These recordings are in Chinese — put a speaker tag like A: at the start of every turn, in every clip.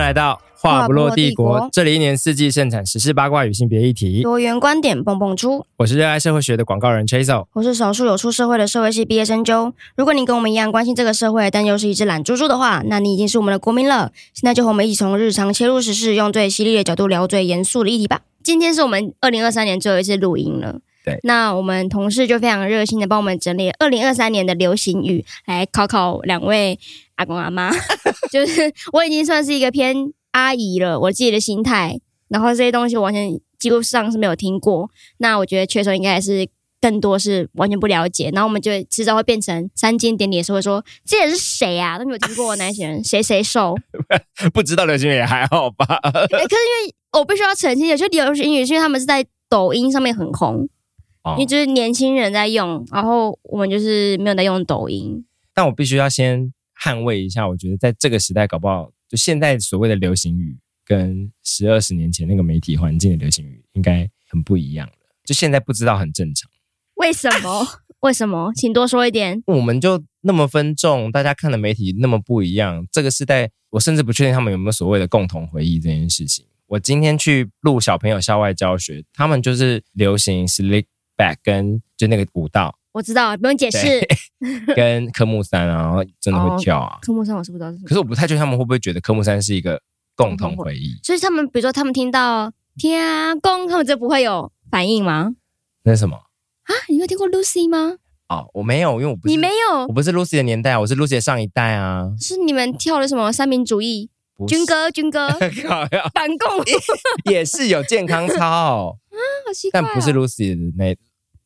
A: 来到话不落帝国，这里一年四季盛产时事八卦与性别议题。
B: 多元观点蹦蹦出。
A: 我是热爱社会学的广告人哦 Chaso，
B: 我是少数有出社会的社会系毕业生啾。如果你跟我们一样关心这个社会，但又是一只懒猪猪的话，那你已经是我们的国民了。现在就和我们一起从日常切入时事，用最犀利的角度聊最严肃的议题吧。今天是我们二零二三年最后一次录音了。
A: 对，
B: 那我们同事就非常热心的帮我们整理二零二三年的流行语，来考考两位阿公阿妈。就是我已经算是一个偏阿姨了，我自己的心态，然后这些东西我完全几乎上是没有听过。那我觉得缺手应该也是更多是完全不了解，然后我们就迟早会变成三经典里的时候说这人是谁啊？都没有听过哪一些人谁谁 瘦。
A: 不知道流行语也还好吧？
B: 哎、可是因为我必须要澄清，有些流行语是因为他们是在抖音上面很红，
A: 哦
B: 因为就是年轻人在用，然后我们就是没有在用抖音。
A: 但我必须要先捍卫一下，我觉得在这个时代，搞不好就现在所谓的流行语，跟十二十年前那个媒体环境的流行语应该很不一样了。就现在不知道很正常，
B: 为什 么？为什么？请多说一点。
A: 我们就那么分众，大家看的媒体那么不一样，这个时代，我甚至不确定他们有没有所谓的共同回忆这件事情。我今天去录小朋友校外教学，他们就是流行 slick back 跟就那个舞蹈
B: 我知道，不用解释。
A: 跟科目三啊，然后真的
B: 哦
A: 会跳啊。
B: 科目三我是不知道是什么
A: 可。是我不太确定他们会不会觉得科目三是一个共同回忆，
B: 所以他们，比如说他们听到天啊公，他们就不会有反应吗？
A: 那是什么？
B: 啊，你没有听过 Lucy 吗？
A: 哦，我没有，因为我不是
B: 你没有
A: 我？不是 Lucy 的年代啊，我是 Lucy 的上一代啊。
B: 是你们跳的什么三民主义？
A: 不是
B: 军，歌，军歌，
A: 靠呀
B: 反共，
A: 也是有健康 操，
B: 好奇怪、
A: 但
B: 哦。
A: 不是 Lucy 的那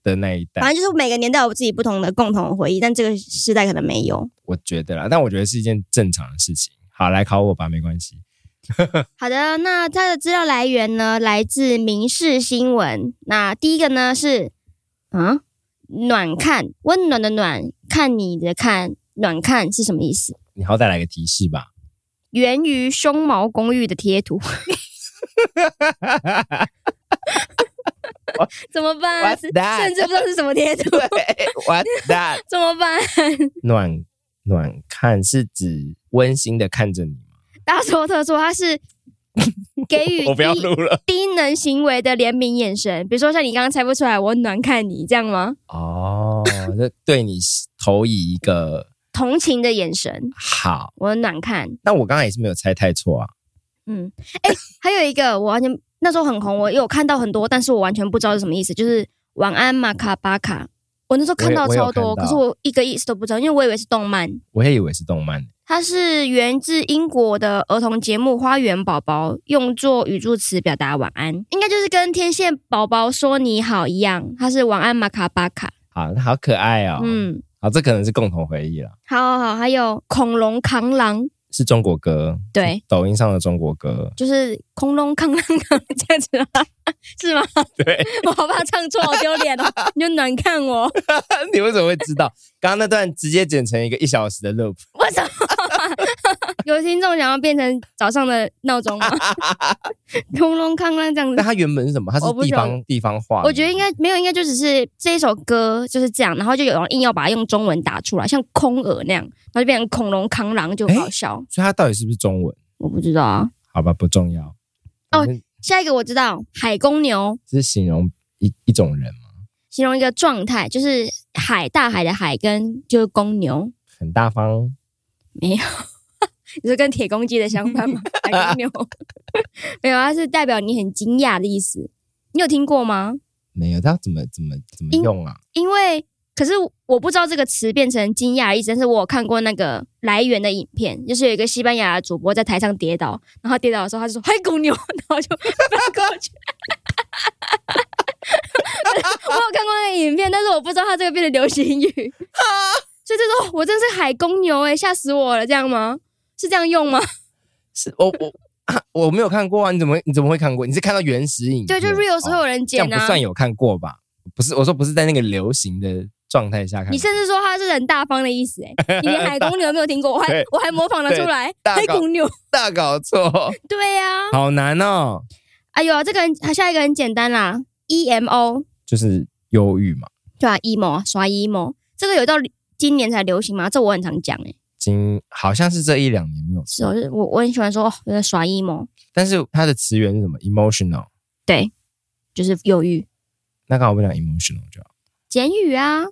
A: 的那一代，
B: 反正就是每个年代有自己不同的共同回忆，但这个时代可能没有。
A: 我觉得啦。但我觉得是一件正常的事情。好，来考我吧，没关系。
B: 好的，那它的资料来源呢，来自《民事新闻》。那第一个呢是，啊，暖看，温暖的暖，看你的看，暖看是什么意思？
A: 你好歹来个提示吧。
B: 源于胸毛公寓的 贴图，怎么办？
A: What's that？
B: 甚至不知道是什么贴图，
A: What's that？
B: 怎么办？
A: 暖暖看是指温馨的看着你吗？
B: 大错特错，它是给予
A: 我不要
B: 低
A: 录了。
B: 低能行为的怜悯眼神，比如说像你刚刚猜不出来，我暖看你这样吗？
A: 哦，就对你投以一个
B: 同情的眼神，
A: 好。
B: 我暖看。
A: 那我刚刚也是没有猜太错啊。
B: 嗯， 哎、还有一个我完全那时候很红，我有看到很多，但是我完全不知道是什么意思，就是晚安马卡巴卡。我那时候看到
A: 我也我
B: 超
A: 有看
B: 多，
A: 到
B: 可是我一个意思都不知道，因为我以为是动漫。
A: 我也以为是动漫，
B: 它是源自英国的儿童节目《花园宝宝》，用作语助词表达晚安，应该就是跟天线宝宝说你好一样，它是晚安马卡巴卡。
A: 好，好可爱哦。嗯，
B: 嗯，
A: 好，这可能是共同回忆了，
B: 好好好，还有恐龙扛狼，
A: 是中国歌，
B: 对，
A: 抖音上的中国歌。
B: 就是恐龙扛狼扛这样子吗？ 是吗？
A: 对，
B: 我好怕唱错，好丢脸哦，你就暖看我，
A: 你为什么会知道？刚刚那段直接剪成一个一小时的 loop。
B: 为什么？ 有听众想要变成早上的闹钟吗？ 恐龙扛狼这样子
A: 那。它原本是什么？它是
B: 我不
A: 地
B: 知道
A: 方地方话。
B: 我觉得应该没有，应该就只是这一首歌就是这样，然后就有人硬要把它用中文打出来，像空耳那样，然后就变成恐龙扛狼，就很好笑。
A: 所以它到底是不是中文？
B: 我不知道啊。
A: 好吧，不重要。
B: 哦
A: 反正
B: 下一个我知道，海公牛
A: 这是形容一一种人嘛，
B: 形容一个状态，就是海大海的海跟就是公牛，
A: 很大方。
B: 你是跟铁公鸡的相反吗？海公牛 没有，它是代表你很惊讶的意思。你有听过吗？
A: 没有，它怎么怎么怎么
B: 因
A: 用啊？
B: 因为可是我不知道这个词变成惊讶的意思，但是我有看过那个来源的影片，就是有一个西班牙的主播在台上跌倒，然后跌倒的时候他就说“嗨公牛”，然后就翻过去。 我有看过那个影片，但是我不知道它这个变成流行语，所以就说我真是海公牛哎、吓死我了，这样吗？是这样用吗？
A: 是我我、啊、我 没有看过啊！你怎么你怎么会看过？你是看到原始影
B: 对，
A: 片？
B: 就 real 时候
A: 哦
B: 有人
A: 这样
B: 剪
A: 不
B: 啊。
A: 算有看过吧？不是，我说不是在那个流行的状态下看过。
B: 你甚至说它是很大方的意思、欸，你连海公牛都没有听过，我还
A: 对
B: 我还模仿了出来，
A: 大
B: 海
A: 搞
B: 公牛，
A: 大搞 错，
B: 对呀、
A: 好难哦！
B: 哎呦，这个很下一个很简单啦，emo E
A: 就是忧郁嘛，
B: E 对吧、啊、？emo 啊，刷 emo，这个有到今年才流行吗？这我很常讲诶、
A: 经好像是这一两年没有，
B: 是哦，就是我我很喜欢说哦，有点耍 emo，
A: 但是它的词源是什么？emotional，
B: 对，就是忧郁。
A: 那刚好不讲 emotional 就好。
B: 简语啊，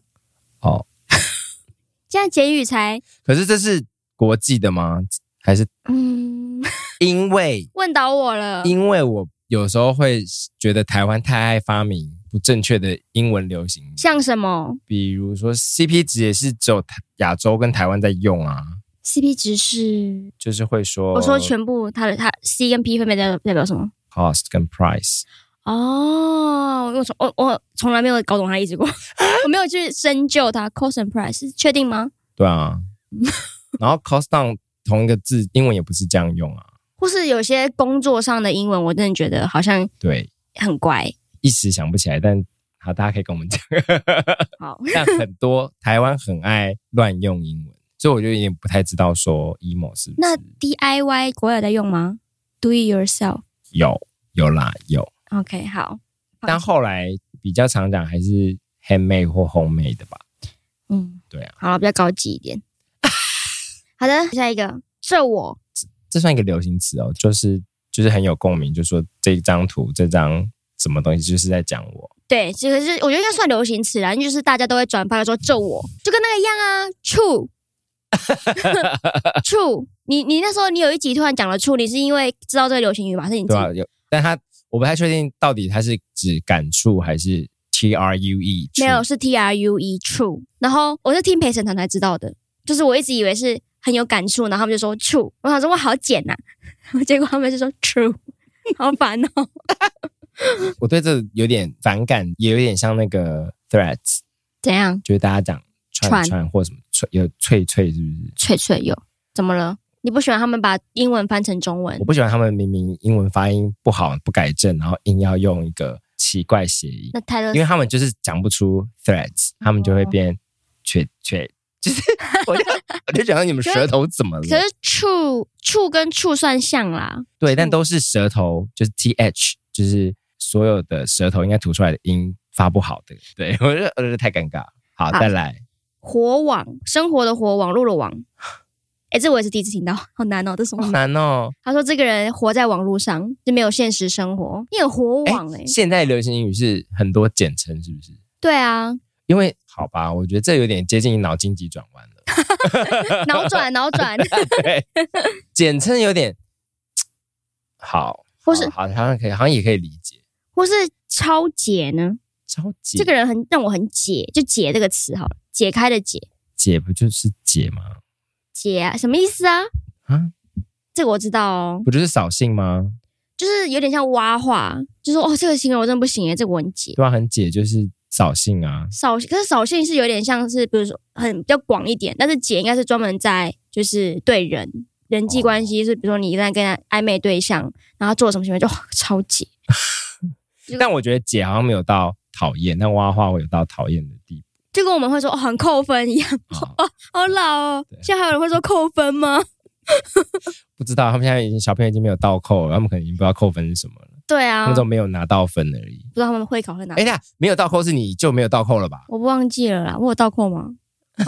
A: 哦，
B: 现在简语才
A: 可是这是国际的吗？还是
B: 嗯，
A: 因为
B: 问倒我了。
A: 因为我有时候会觉得台湾太爱发明不正确的英文流行语，
B: 像什么
A: 比如说 CP 值也是只有台亚洲跟台湾在用啊，
B: CP 值是？
A: 就是会说
B: 我说全部它的它 C 跟 P 分别代表代表什么？
A: cost 跟 price。
B: 哦，我从我我从来没有搞懂它意思过， 我没有去深究它 cost and price 是确定吗？
A: 对 啊，然后 cost down 同一个字，英文也不是这样用啊。
B: 或是有些工作上的英文，我真的觉得好像
A: 对，
B: 很怪。
A: 一时想不起来，但好，大家可以跟我们讲。
B: 好，
A: 但很多台湾很爱乱用英文，所以我就有点不太知道说 emo 是不
B: 那
A: 是
B: DIY 国外有在用吗？Do it yourself。
A: 有有啦有，
B: OK，好，
A: 但后来比较常讲还是 handmade 或 homemade 的吧。
B: 嗯，
A: 对啊，
B: 好，比较高级 一点。好的，下一个，这我
A: 这算一个流行词哦，就是就是很有共鸣，就说这张图这张什么东西就是在讲我。
B: 对，其实是我觉得应该算流行词啦，因为就是大家都会转发说这我就跟那个一样啊，true。true，你你那时候你有一集突然讲了 true，你是因为知道这个流行语吗？还是你自
A: 对
B: 己？
A: 啊，有，但他我不太确定到底他是指感触还是 T R U E，
B: 没有，是 T R U E true。然后我是听陪审团才知道的，就是我一直以为是很有感触，然后他们就说 true，我想说我好简呐、啊， 结果他们就说 true，好 烦哦。
A: 我对这有点反感，也有点像那个 Threads，
B: 怎样？
A: 就是大家讲串
B: 串
A: 串或什么脆有脆脆是不是？
B: 脆脆有怎么了？你不喜欢他们把英文翻成中文
A: 我？不喜欢他们明明英文发音不好不改正，然后硬要用一个奇怪谐音，
B: 那泰勒
A: 因为他们就是讲不出 Threads，他们就会
B: 哦
A: 变脆脆，就是 我就我就想到你们
B: 可是
A: 舌头怎么了？
B: 可是 true true 跟 true 算像啦，
A: 对，但都是舌头，就是 T H，就是所有的舌头应该吐出来的音发不好的。对 我觉得我觉得太尴尬。好，
B: 好
A: 再来，
B: 火网生活的火，网络的网。哎、这我也是第一次听到，好难哦，这是什么？
A: 好难哦。
B: 他说这个人活在网络上，就没有现实生活，你很火
A: 哎
B: 网哎、
A: 现在流行英语是很多简称，是不是？
B: 对啊，
A: 因为好吧，我觉得这有点接近脑筋急转弯了。
B: 脑转 脑转，
A: 对，简称有点好，
B: 或是
A: 好好好像可以，好像也可以理解。
B: 或是超解呢？
A: 超解，
B: 这个人很让我很解，就解这个词好了，解开的解
A: 解不就是解吗？
B: 解、啊、什么意思啊？
A: 啊，
B: 这个我知道哦，
A: 不就是扫兴吗？
B: 就是有点像挖话，就说哦，这个形容我真的不行哎，这个我很解。
A: 对啊，很解就是扫兴啊。
B: 扫，可是扫兴是有点像是，比如说很比较广一点，但是解应该是专门在就是对人人际关系，是比如说你在跟他暧昧对象，然后做了什么行为就、哦超解，
A: 但我觉得姐好像没有到讨厌，但挖话会有到讨厌的地
B: 就跟我们会说哦很扣分一样，
A: 步、 啊。
B: 好老哦
A: 对。
B: 现在还有人会说扣分吗？
A: 不知道他们现在已经小朋友已经没有倒扣了，他们可能已经不知道扣分是什么了，
B: 对
A: 他
B: 啊，
A: 们
B: 不
A: 都没有拿到分而已。
B: 知道他们会考会哪
A: 哎、，那没有倒扣是你就没有倒扣了吧？
B: 我不忘记了啦，我有倒扣吗？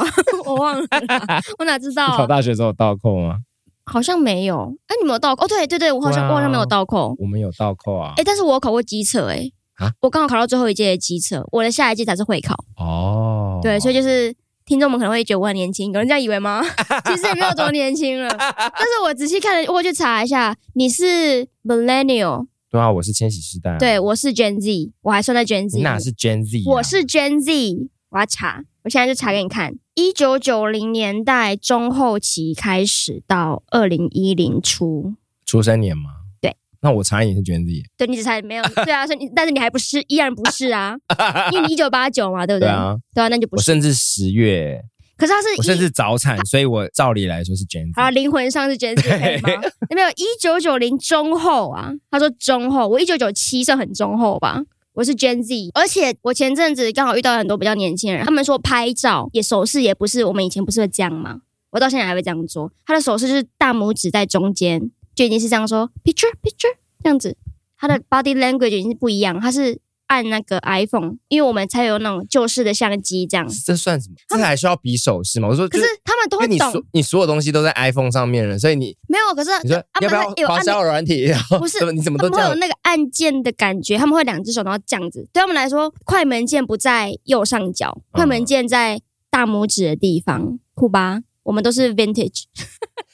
B: 我忘了啦， 我哪知道
A: 你考
B: 啊？
A: 大学的时候有倒扣吗？
B: 好像没有。哎，你们有倒扣？哦，对对对，我好像
A: 哇
B: 我好像没有倒扣。
A: 我们有倒扣啊
B: 哎、。但是我有考过机测、欸，哎、
A: 啊
B: 我刚好考到最后一届的机测，我的下一届才是会考，
A: 哦，
B: 对，所以就是听众们可能会觉得我很年轻，有人这样以 为吗？其实也没有多年轻了，但是我仔细看了，我去查一下，你是 millennial，、
A: 对啊，我是千禧世代、啊。
B: 对，我是 Gen Z，我还算在 Gen Z，
A: 你哪是 Gen Z？、啊
B: 我是 Gen Z，我要查，我现在就查给你看，一九九零年代中后期开始到二零一零初。
A: 出生年吗？
B: 对。
A: 那我查你是 Gen Z。
B: 对你只才 没有对啊，所以你但是你还不是，依然不是啊，因为你一九八九嘛，对不
A: 对
B: 对？
A: 啊，
B: 对啊，那就不
A: 我
B: 是。
A: 甚至十月，
B: 可是他是
A: 我甚
B: 一
A: 至早产，所以我照理来说是 Gen
B: 好
A: Z。
B: 灵魂上是 Gen Z 可以吗？没有，一九九零中后啊，他说中后，我一九九七算很中后吧。我是 Gen Z，而且我前阵子刚好遇到很多比较年轻人，他们说拍照也手势也不是我们以前不是会这样吗？我到现在还会这样做，他的手势就是大拇指在中间，就已经是这样说 picture picture 这样子，他的 body language 已经是不一样，他是按那个 iPhone，因为我们才有那种旧式的相机这样。
A: 这算什么？这还需要比手势吗？我说
B: 可
A: 就是
B: 他们都
A: 因为
B: 会
A: 你
B: 懂
A: 所，你所有东西都在 iPhone 上面了，所以你
B: 没啊有？可是哎
A: 你说
B: 他
A: 要
B: 们
A: 不
B: 会
A: 要
B: 有
A: 滑
B: 按
A: 交友软体？然后
B: 不是
A: 怎么你怎么
B: 他
A: 都
B: 们
A: 这
B: 会有
A: 样？
B: 那个按键的感觉，他们会两只手然后这样子。对他们来说，快门键不在右上角，快门键在大拇指的地方，酷吧？我们都是 vintage，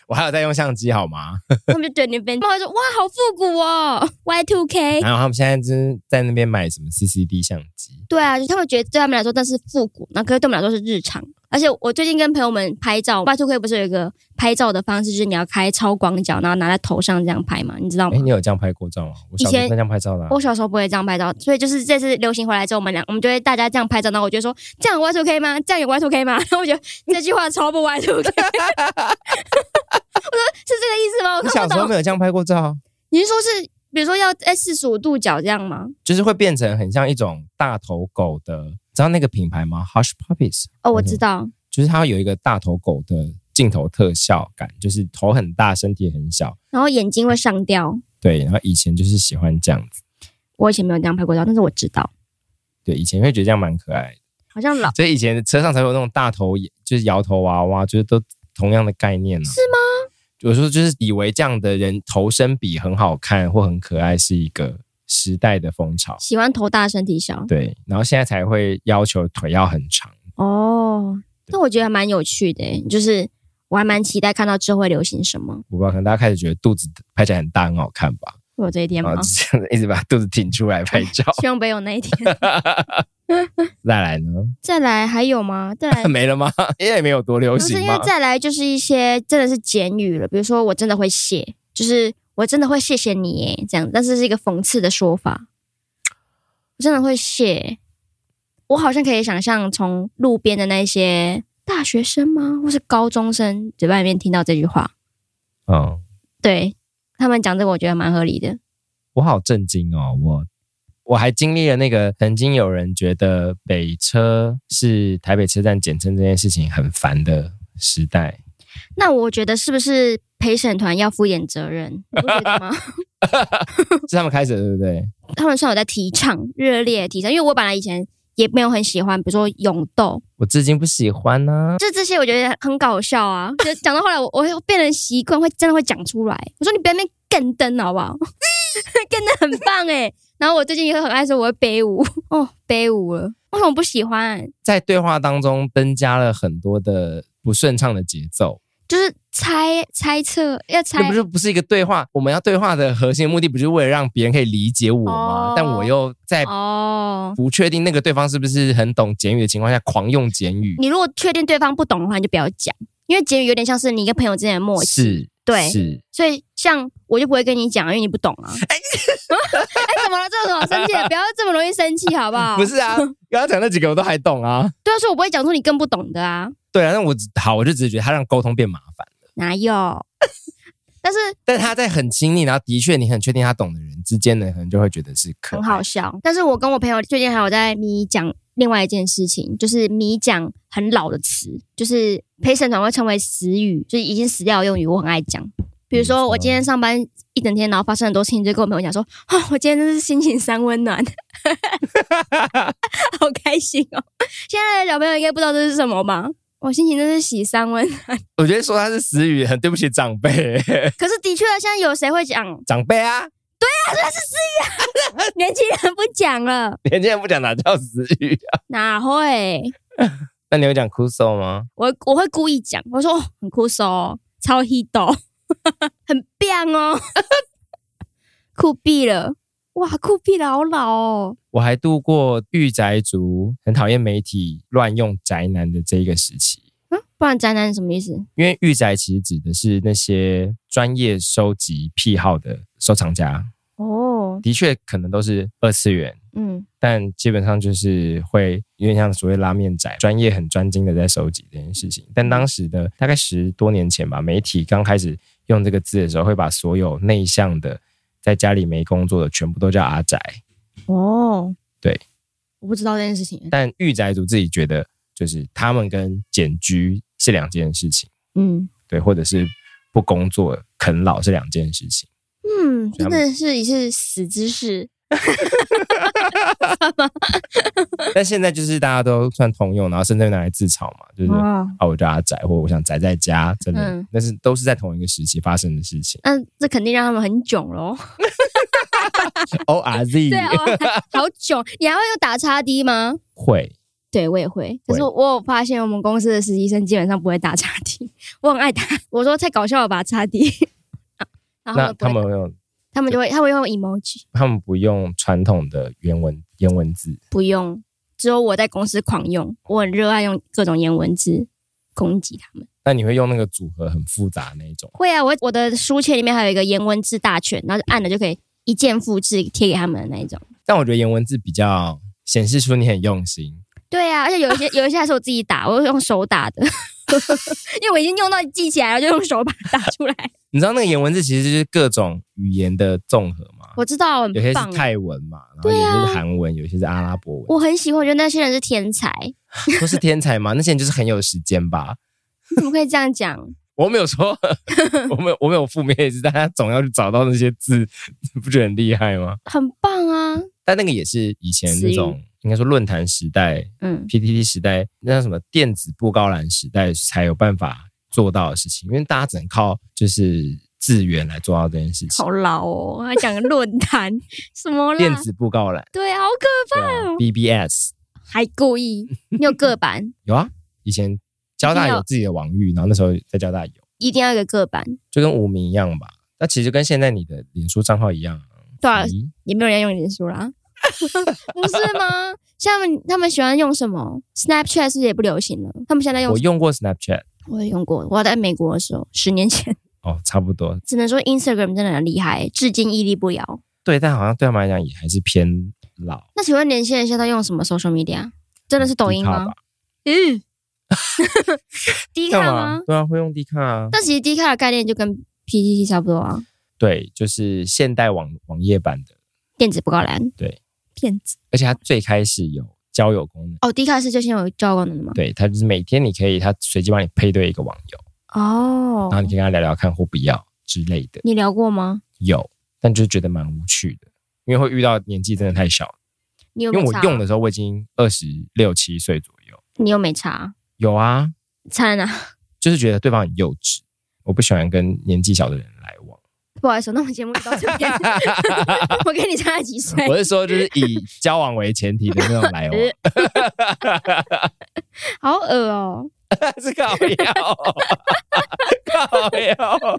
A: 我还有在用相机好吗？
B: 他们就对你 vintage，他们会说哇，好复古哦，Y two K。
A: 然后他们现在就是在那边买什么 CCD 相机，
B: 对啊，就他们觉得对他们来说那是复古，那可是对我们来说是日常。而且我最近跟朋友们拍照，Y two K 不是有一个拍照的方式，就是你要开超广角，然后拿在头上这样拍嘛，你知道吗
A: 哎，？你有这样拍过照吗？我小时
B: 以
A: 候
B: 前
A: 这样拍照的啊，
B: 我小时候不会这样拍照，所以就是这次流行回来之后，我们俩我们就会大家这样拍照，然后我就说这样有 Y two K 吗？这样有 Y two K 吗？然后我觉得这句话超不 Y two K，我说是 这个意思吗？我
A: 你小
B: 看不
A: 时候
B: 懂。
A: 没有这样拍过照，啊
B: 你是说是比如说要在四十五度角这样吗？
A: 就是会变成很像一种大头狗的，知道那个品牌吗？Hush Puppies，
B: 哦，我知道，
A: 就是它有一个大头狗的镜头特效感，就是头很大，身体很小。
B: 然后眼睛会上吊。
A: 对，然后以前就是喜欢这样子，
B: 我以前没有这样拍过照，但是我知道，
A: 对，以前会觉得这样蛮可爱的。
B: 好像老
A: 所以以前车上才有那种大头，就是摇头娃娃，就是都同样的概念呢、啊。
B: 是吗？
A: 有时候就是以为这样的人头身比很好看或很可爱，是一个时代的风潮。
B: 喜欢头大身体小。
A: 对，然后现在才会要求腿要很长。
B: 哦，那我觉得还蛮有趣的耶，就是我还蛮期待看到之后会流行什么。
A: 我不知道，可能大家开始觉得肚子拍起来很大很好看吧，
B: 会有这一天
A: 然
B: 吗
A: 后？就这样 子一直把肚子挺出来拍照。
B: 希望不要有那一天。
A: 再来呢？
B: 再来还有吗？再来
A: 没了吗？ 因为没有多流
B: 不是
A: 行
B: 因为
A: 嘛。
B: 再来就是一些真的是简语了，比如说我真的会谢，就是我真的会谢谢你耶，这样，但是是一个讽刺的说法。我真的会谢，我好像可以想象从路边的那些大学生吗，或是高中生嘴巴里面听到这句话，
A: 嗯，
B: 对他们讲这个，我觉得蛮合理的。
A: 我好震惊哦，我我还经历了那个曾经有人觉得北车是台北车站简称这件事情很烦的时 代。
B: 那我觉得是不是陪审团要负一点责任？你不觉得吗？
A: 是他们开始的，对不对？
B: 他们算有在提倡，热烈地提倡。因为我本来以前也没有很喜欢，比如说勇斗，
A: 我至今不喜欢啊呢、
B: 就这些我觉得很搞笑啊。就讲到后来我，我会变成习惯，会真的会讲出来。我说你不要那边更登好不好？更登很棒哎、然后我最近也很爱说我会背舞，哦，背舞了，为什么不喜欢？
A: 在对话当中增加了很多的不顺畅的节奏，
B: 就是猜猜测，要
A: 这
B: 猜
A: 不。是不是一个对话？我们要对话的核心目的不是为了让别人可以理解我吗？
B: 哦
A: 但我又在
B: 哦，
A: 不确定那个对方是不是很懂简语的情况下狂用简语，
B: 你如果确定对方不懂的话，你就不要讲，因为结语有点像是你跟朋友之间的默契。
A: 是，
B: 对
A: 是。
B: 所以像我就不会跟你讲，因为你不懂啊。 哎、怎么了？这有什么好生气的？不要这么容易生气，好不好？
A: 不，是啊，刚刚讲那几个我都还懂啊。
B: 对啊，所以我不会讲出你更不懂的啊，
A: 对啊，那我只好，我就只是觉得他让沟通变麻烦。
B: 哪有？ 但是
A: 但他在很亲密，然后的确你很确定他懂的人之间呢，可能就会觉得是可爱
B: 很好笑。但是我跟我朋友最近还有在咪讲另外一件事情，就是咪讲很老的词，就是陪审团会称为死语，就是已经死掉的用语，我很爱讲。比如说我今天上班一整天，然后发生很多事情，就跟我朋友讲说：“哦，我今天真是心情三温暖， 好开心哦！”现在的小朋友应该不知道这是什么吧？我心情真是喜三温。
A: 我觉得说他是死语，很对不起长辈，
B: 可是的确，现在有谁会讲？
A: 长辈啊，
B: 年轻人不讲了，
A: 年轻人不讲哪叫死语啊？
B: 哪会？
A: 那你有讲哭手吗？
B: 我我会故意讲，我说、哦、很酷手、哦，超 hit 哦， 很棒哦， 酷毙了，哇，酷毙了，好老哦，
A: 我还度过御宅族很讨厌媒体乱用宅男的这一个时期。
B: 嗯，不然宅男是什么意思？
A: 因为御宅其实指的是那些专业收集癖好的收藏家，
B: 哦，
A: 的确可能都是二次元，
B: 嗯，
A: 但基本上就是会有点像所谓拉面仔，专业很专精的在收集这件事情。但当时的大概十多年前吧，媒体刚开始用这个字的时候，会把所有内向的在家里没工作的全部都叫阿宅，
B: 哦，
A: 对，
B: 我不知道这件事情，
A: 但御宅族自己觉得就是他们跟简居是两件事情，
B: 嗯
A: 对，或者是不工作啃老是两件事情。
B: 嗯，
A: 所以
B: 真
A: 他们
B: 的是也是死知识，吗？
A: 但现在就是大家都算通用，然后甚至拿来自嘲嘛，就是
B: 哦，
A: 啊，我叫阿宅，或者我想宅在家，真的，
B: 嗯
A: 但是都是在同一个时期发生的事情。
B: 那这肯定让他们很囧喽。
A: O R Z
B: 对啊， 哇好囧！你还会用打叉 D 吗？
A: 会，
B: 对，我也会。可是我有发现，我们公司的实习生基本上不会打叉 D，我 很爱打。我说太搞笑了吧，叉 D。啊然
A: 那
B: 后
A: 他
B: 他们不会
A: 们用
B: 他们就会他们会用 emoji，
A: 他们不用传统的原文颜文字，
B: 不用。只有我在公司狂用，我很热爱用各种颜文字攻击他们。
A: 那你会用那个组合很复杂的那一种，
B: 会啊，我我的书签里面还有一个颜文字大全，然后按了就可以一键复制贴给他们的那一种。
A: 但我觉得颜文字比较显示出你很用心。
B: 对啊，而且有一些有一些还是我自己打，我是用手打的， 因为我已经用到记起来了，就用手把它打出来。
A: 你知道那个颜文字其实就是各种语言的综合嘛，
B: 我知道，很
A: 有些是
B: 棒。欸啊
A: 泰文嘛，然后有些是韩文，有些是阿拉伯文，
B: 我很喜欢，我觉得那些人是天才。
A: 都是天才嘛。那些人就是很有时间吧。
B: 你怎么可以这样讲？
A: 我没有说， 我没有我没有负面意思，大家总要去找到那些字， 不觉得很厉害吗？
B: 很棒啊！
A: 但那个也是以前那种应该说论坛时代、
B: 嗯，
A: PTT 时代，那叫什么电子布告栏时代才有办法做到的事情，因为大家只能靠就是资源来做到这件事情。
B: 好老哦，还讲论坛什么
A: 电
B: 啦？
A: 子布告栏，
B: 对啊，好可
A: 啊对啊，BBS
B: 还故意。你有个版，
A: 有啊，以前交大有自己的网域，然后那时候在交大有，
B: 一定要有一个个版，
A: 就跟无名一样吧。那其实跟现在你的脸书账号一样啊。
B: 对啊，
A: 咦
B: 也没有人要用脸书啦，不是吗？像他们他们喜欢用什么 Snapchat 是不是也不流行了？他们现在用
A: 我用过 Snapchat，
B: 我也用过，我在美国的时候，十年前，
A: 哦，差不多，
B: 只能说 Instagram 真的很厉害，至今屹立不摇。
A: 对，但好像对他们来讲也还是偏老。
B: 那请问年轻人现在用什么 social media？真的是抖
A: 迪
B: 音
A: 卡
B: 吗
A: 吧？
B: 嗯， 低
A: 干
B: 卡
A: 嘛
B: 吗？？
A: 对啊，会用 D 卡啊。
B: 但其实低卡的概念就跟 PPT 差不多啊，
A: 对，就是现代网网页版的，
B: 电子布告栏。
A: 对，
B: 骗子。
A: 而且它最开始有交友功能。
B: 哦，低卡是最先有交友功能的吗？
A: 对，它就是每天你可以，它随机帮你配对一个网友，
B: 哦
A: 然，后你可以跟他聊聊看或不要之类的。
B: 你聊过吗？
A: 有，但就是觉得蛮无趣的，因为会遇到年纪真的太小。
B: 你有啊
A: 因
B: 没
A: 为
B: 有
A: 我
B: 查？
A: 用的时候我已经二十六七岁左右。
B: 你又没查？
A: 有啊，
B: 差在哪？
A: 就是觉得对方很幼稚，我不喜欢跟年纪小的人来 往。
B: 不好意思，那我们节目就到这 边。我跟你差几岁？
A: 我是说，就是以交往为前提的那种来往。
B: 好恶哦！
A: 是靠腰，靠腰。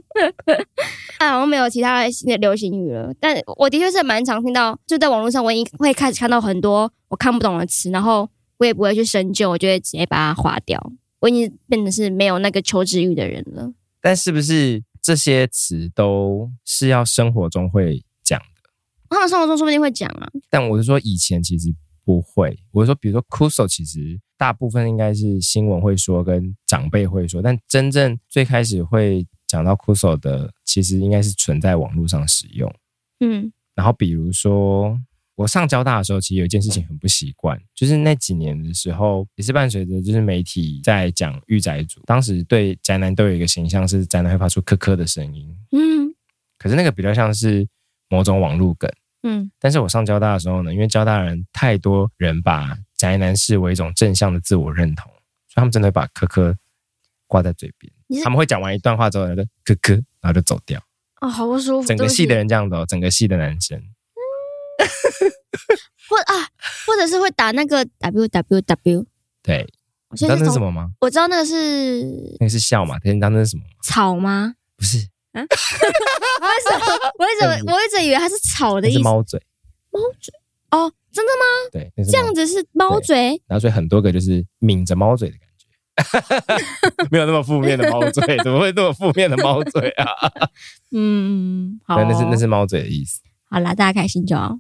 B: 啊，好像没有其他新的流行语了，但我的确是蛮常听到，就在网络上，我已经会开始看到很多我看不懂的词，然后我也不会去深究，我就会直接把它划掉。我已经变得是没有那个求知欲的人了。
A: 但是不是这些词都是要生活中会讲的？
B: 他们生活中说不定会讲啊，
A: 但我是说以前其实不会。我是说，比如说 “kuso”，其实大部分应该是新闻会说，跟长辈会说，但真正最开始会讲到 “kuso” 的，其实应该是存在网络上使用。
B: 嗯，
A: 然后比如说我上交大的时候，其实有一件事情很不习惯，就是那几年的时候，也是伴随着就是媒体在讲御宅族，当时对宅男都有一个形象是宅男会发出咳咳的声音，
B: 嗯
A: 可是那个比较像是某种网路梗。
B: 嗯，
A: 但是我上交大的时候呢，因为交大人太多人把宅男视为一种正向的自我认同，所以他们真的会把咳咳挂在嘴边
B: 你是。
A: 他们会讲完一段话之后，然后就咳咳，然后就走 掉。
B: 哦，好不舒服。
A: 整个系的
B: 对不起
A: 人这样子哦，整个系的男生。
B: 或啊，或者是会打那个 W W W。
A: 对，
B: 我
A: 你知
B: 现
A: 道
B: 在
A: 那
B: 是
A: 是什
B: 从
A: 么吗？
B: 我知道那个是
A: 那个是笑嘛？但你知道那是什么吗？
B: 草吗？
A: 不是，
B: 为什 么？我一直我一直以为它是草的
A: 那
B: 意
A: 是
B: 思。
A: 猫嘴。
B: 哦，真的吗？
A: 对，那是
B: 这
A: 猫
B: 样。子是猫嘴？
A: 然后所以很多个就是抿着猫嘴的感觉， 没有那么负面的猫嘴，怎么会那么负面的猫嘴啊？
B: 嗯，好
A: 对，
B: 哦，
A: 那是那是猫嘴的意思。
B: 好啦，大家开心就好。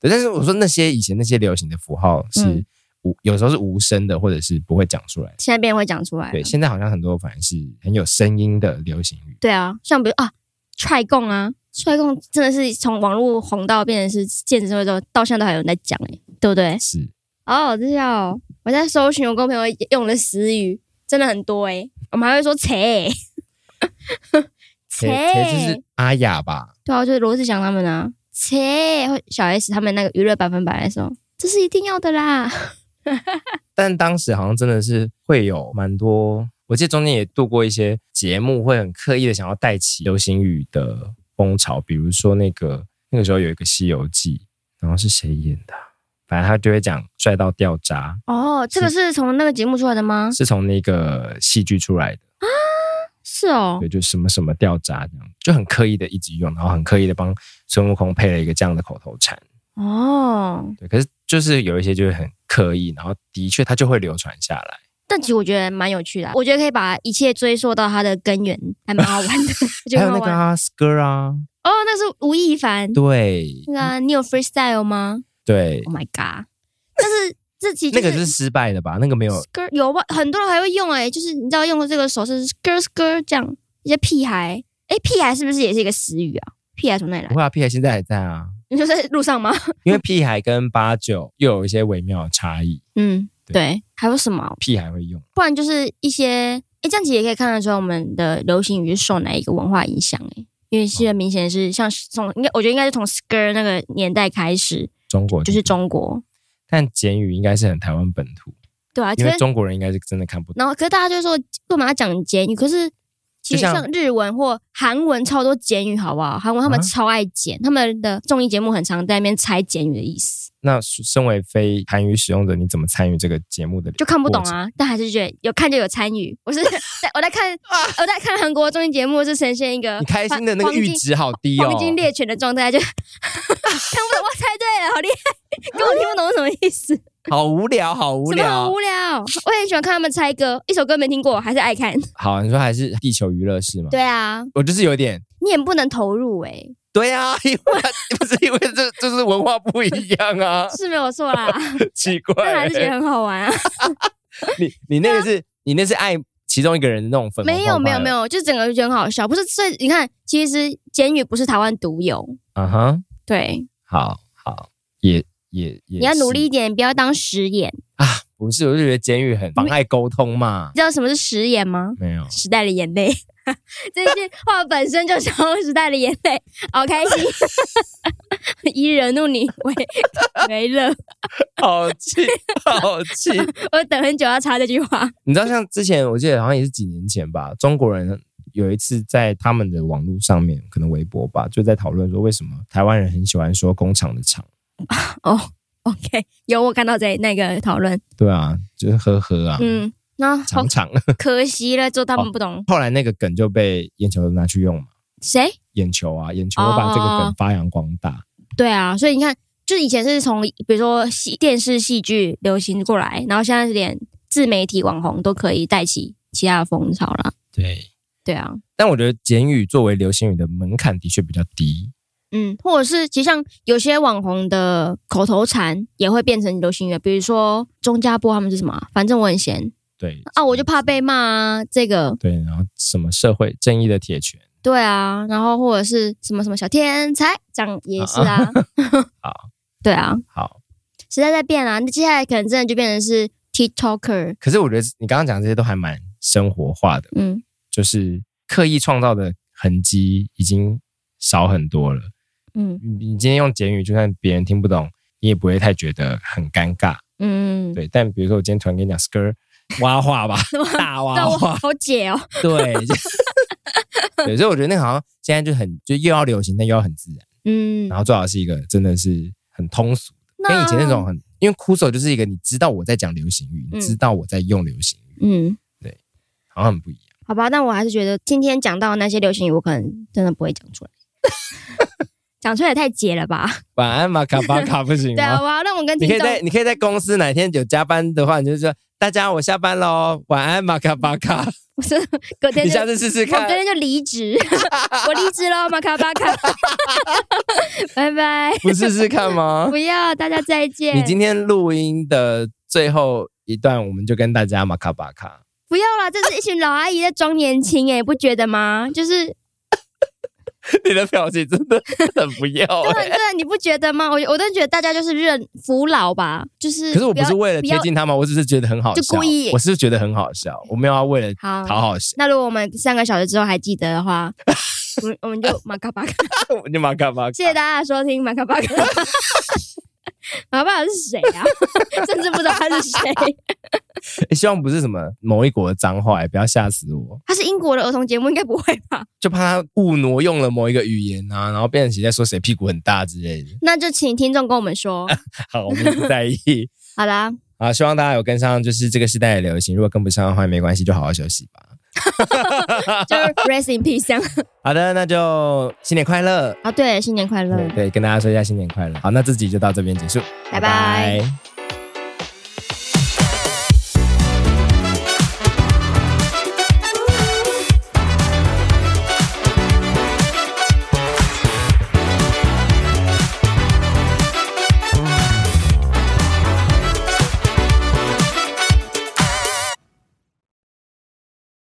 A: 对，但是我说那些以前那些流行的符号是
B: 嗯
A: 无，有时候是无声的，或者是不会讲出来的。
B: 现在别人会讲出来了。
A: 对，现在好像很多反而是很有声音的流行语。
B: 对啊，像比如啊，踹供啊，踹供真的是从网络红到变成是健身会之后，到现在都还有人在讲哎、对不对？
A: 是，
B: 哦，这叫哦我在搜寻我跟我朋友用的词语，真的很多哎、我们还会说切，
A: 可以就是
B: 切，
A: 阿雅吧？
B: 对啊，就是罗志祥他们啊，切，或小 S 他们那个娱乐百分百的时候，这是一定要的啦。
A: 但当时好像真的是会有蛮多，我记得中间也度过一些节目，会很刻意的想要带起流行语的风潮，比如说那个那个时候有一个《西游记》，然后是谁演的啊？反正他就会讲帅到掉渣，
B: 哦，这个是从那个节目出来的吗？
A: 是从那个戏剧出来的，
B: 是哦，
A: 对，就什么什么掉渣这样，就很刻意的一直用，然后很刻意的帮孙悟空配了一个这样的口头禅，
B: 哦，
A: 对。可是就是有一些就会很刻意，然后的确它就会流传下来。
B: 但其实我觉得蛮有趣的啊，我觉得可以把一切追溯到它的根源，还蛮好 玩的，我觉
A: 还
B: 得
A: 有那
B: 很好
A: 个
B: 玩。
A: 啊，skr 啊，
B: 哦，那是吴亦凡，
A: 对
B: 那个啊你有 freestyle 吗
A: 对，
B: ？Oh my god！但是这其实
A: 那个是失败的吧？那个没有
B: skr 有吧？很多人还会用哎、就是你知道用这个手势 skr skr 这样，一些屁孩哎、屁孩是不是也是一个词语啊？屁孩从哪里来
A: 不？会啊，屁孩现在还在啊，
B: 你说在路上吗？
A: 因为屁孩跟八九又有一些微妙的差异，
B: 嗯，
A: 对
B: 对，还有什么啊？
A: 屁孩会用，
B: 不然就是一些，哎，这样子也可以看得出来我们的流行语是受哪一个文化影响，哎，因为现在明显是像是从应该，我觉得应该是从 skr 那个年代开始，
A: 中国
B: 就是，中国，
A: 但简语应该是很台湾本土，
B: 对啊，
A: 因
B: 可
A: 为
B: 是
A: 中国人应该是真的看不懂。
B: 然后可是大家就说干嘛要讲简语？可是其
A: 就
B: 实
A: 像
B: 像日文或韩文超多简语，好不好？韩文他们
A: 啊
B: 超爱简，他们的综艺节目很常在那边猜简语的意思，
A: 那身为非韩语使用者，你怎么参与这个节目的？
B: 就看不懂！啊，但还是觉得有看就有参与。我是在我在看 我在看韩国综艺节目，是呈现一个
A: 啊你开心的那个
B: 黄金
A: 阈值好低哦
B: 黄，金猎犬的状态，就 看不懂，我猜对了，好厉害！根本听不懂是什么意思，
A: 好无聊，好无
B: 什么好
A: 聊。
B: 无聊。我也很喜欢看他们猜歌，一首歌没听过，还是爱看。
A: 好，你说还是地球娱乐室吗？
B: 对，啊，
A: 我就是有点。
B: 你也不能投入哎、
A: 对啊，因为 不是因为这这是文化不一样 啊，
B: 是没有错啦，
A: 奇怪、
B: 但还是觉得很好玩啊。
A: 你你那个是、你那是爱其中一个人的那种粉红
B: 没有
A: 泡泡
B: 没有没
A: 了
B: 有，就整个就很好笑。不是，所以你看，其实监狱不是台湾独有，
A: 啊哈，
B: 对，
A: 好好也也也
B: 你要
A: 是
B: 努力一点，不要当食言。
A: 啊，不是，我就觉得监狱很妨碍沟通嘛
B: 你，知道什么是食言吗？
A: 没 有
B: 时代的眼泪，这句话本身就是时代的眼泪，好开心， 以惹怒你为为乐。
A: 好气好气，
B: 我等很久要插这句话，
A: 你知道像之前我记得好像也是几年前吧，中国人。有一次在他们的网络上面，可能微博吧，就在讨论说为什么台湾人很喜欢说工厂的厂，
B: 哦、o k 有我看到在那个讨论，
A: 对啊，就是呵呵啊，
B: 嗯，那好
A: 厂厂。
B: 可惜了，就他们不懂
A: 后来那个梗就被眼球拿去用嘛，
B: 谁。
A: 眼球啊，眼球我把这个
B: 哦
A: 梗发扬光大，
B: 对啊，所以你看，就是以前是从比如说戏、电视、戏剧流行过来，然后现在是连自媒体网红都可以带起其他的风潮了。
A: 对。
B: 对啊，
A: 但我觉得简语作为流行语的门槛的确比较低，
B: 嗯，或者是其实像有些网红的口头禅也会变成流行语，啊比如说钟家波他们是什么啊、反正我很闲
A: 对
B: 啊，我就怕被骂啊，这个
A: 对，然后什么社会正义的铁拳，
B: 对啊，然后或者是什么什么小天才，这样也是啊，
A: 好，
B: 对啊，
A: 好。
B: 时代在变啊，那接下来可能真的就变成是 TikToker，
A: 可是我觉得你刚刚讲这些都还蛮生活化的，
B: 嗯，
A: 就是刻意创造的痕迹已经少很多了。
B: 嗯
A: 你你今天用简语，就算别人听不懂，你也不会太觉得很尴尬。
B: 嗯，
A: 对，但比如说我今天突然跟你讲 skr 蛙化 吧，大蛙
B: 但我
A: 化，
B: 好解哦，
A: 对，就 对，所以我觉得那个好像现在就很就又要流行，但又要很自然，
B: 嗯，
A: 然后最好是一个真的是很通俗，跟
B: 那
A: 以前那种，很，因为酷手就是一个你知道我在讲流行语，
B: 嗯
A: 你知道我在用流行语，
B: 嗯，
A: 好像很不一样。
B: 好吧，但我还是觉得今天讲到的那些流行语，我可能真的不会讲出来，讲出来也太解了吧。
A: 晚安，马卡巴卡不行
B: 对啊，
A: 吗？
B: 我要让我跟
A: 你
B: 听
A: 可以
B: 众
A: 在你可以在公司哪天有加班的话，你就说大家我下班喽，晚安，马卡巴卡，
B: 我是隔天
A: 你
B: 就
A: 下次试试
B: 我隔
A: 看。
B: 天就离职，我离职喽，马卡巴卡，拜拜，
A: 不试试看吗
B: 不？要，大家再见
A: 你，今天录音的最后一段，我们就跟大家马卡巴卡。
B: 不要了，这是一群老阿姨在装年轻哎，不觉得吗？ 就是
A: 你的表情真的很不 要、
B: 真的
A: 欸。
B: 真的啊你不觉得吗？我我都觉得大家就是认服老吧，就是
A: 可是我不
B: 要
A: 是为了
B: 不要
A: 贴近他们，我只是觉得很好笑，
B: 就故意
A: 我是觉得很好 笑，我没有要为了
B: 好
A: 讨 好谁，
B: 那如果我们三个小时之后还记得的话，我们我们就马卡巴卡。
A: 我就马卡巴卡。
B: 谢谢大家的收听，马卡巴卡。我爸爸是谁啊？ 甚至不知道他是谁。
A: 欸希望不是什么某一国的脏话，也不要吓死我。
B: 他是英国的儿童节目，应该不会吧？
A: 就怕他误挪用了某一个语言啊，然后变成谁在说谁屁股很大之类的。
B: 那就请听众跟我们说。
A: 好，我们不在意
B: 好啦，
A: 啊。希望大家有跟上，就是这个时代的流行。如果跟不上的话，也没关系，就好好休息吧。
B: 就是 rest in peace 这样。
A: 好的，那就新年快乐。
B: 啊，对，新年快乐。
A: 对对，跟大家说一下新年快乐。好，那这集就到这边结束，
B: 拜拜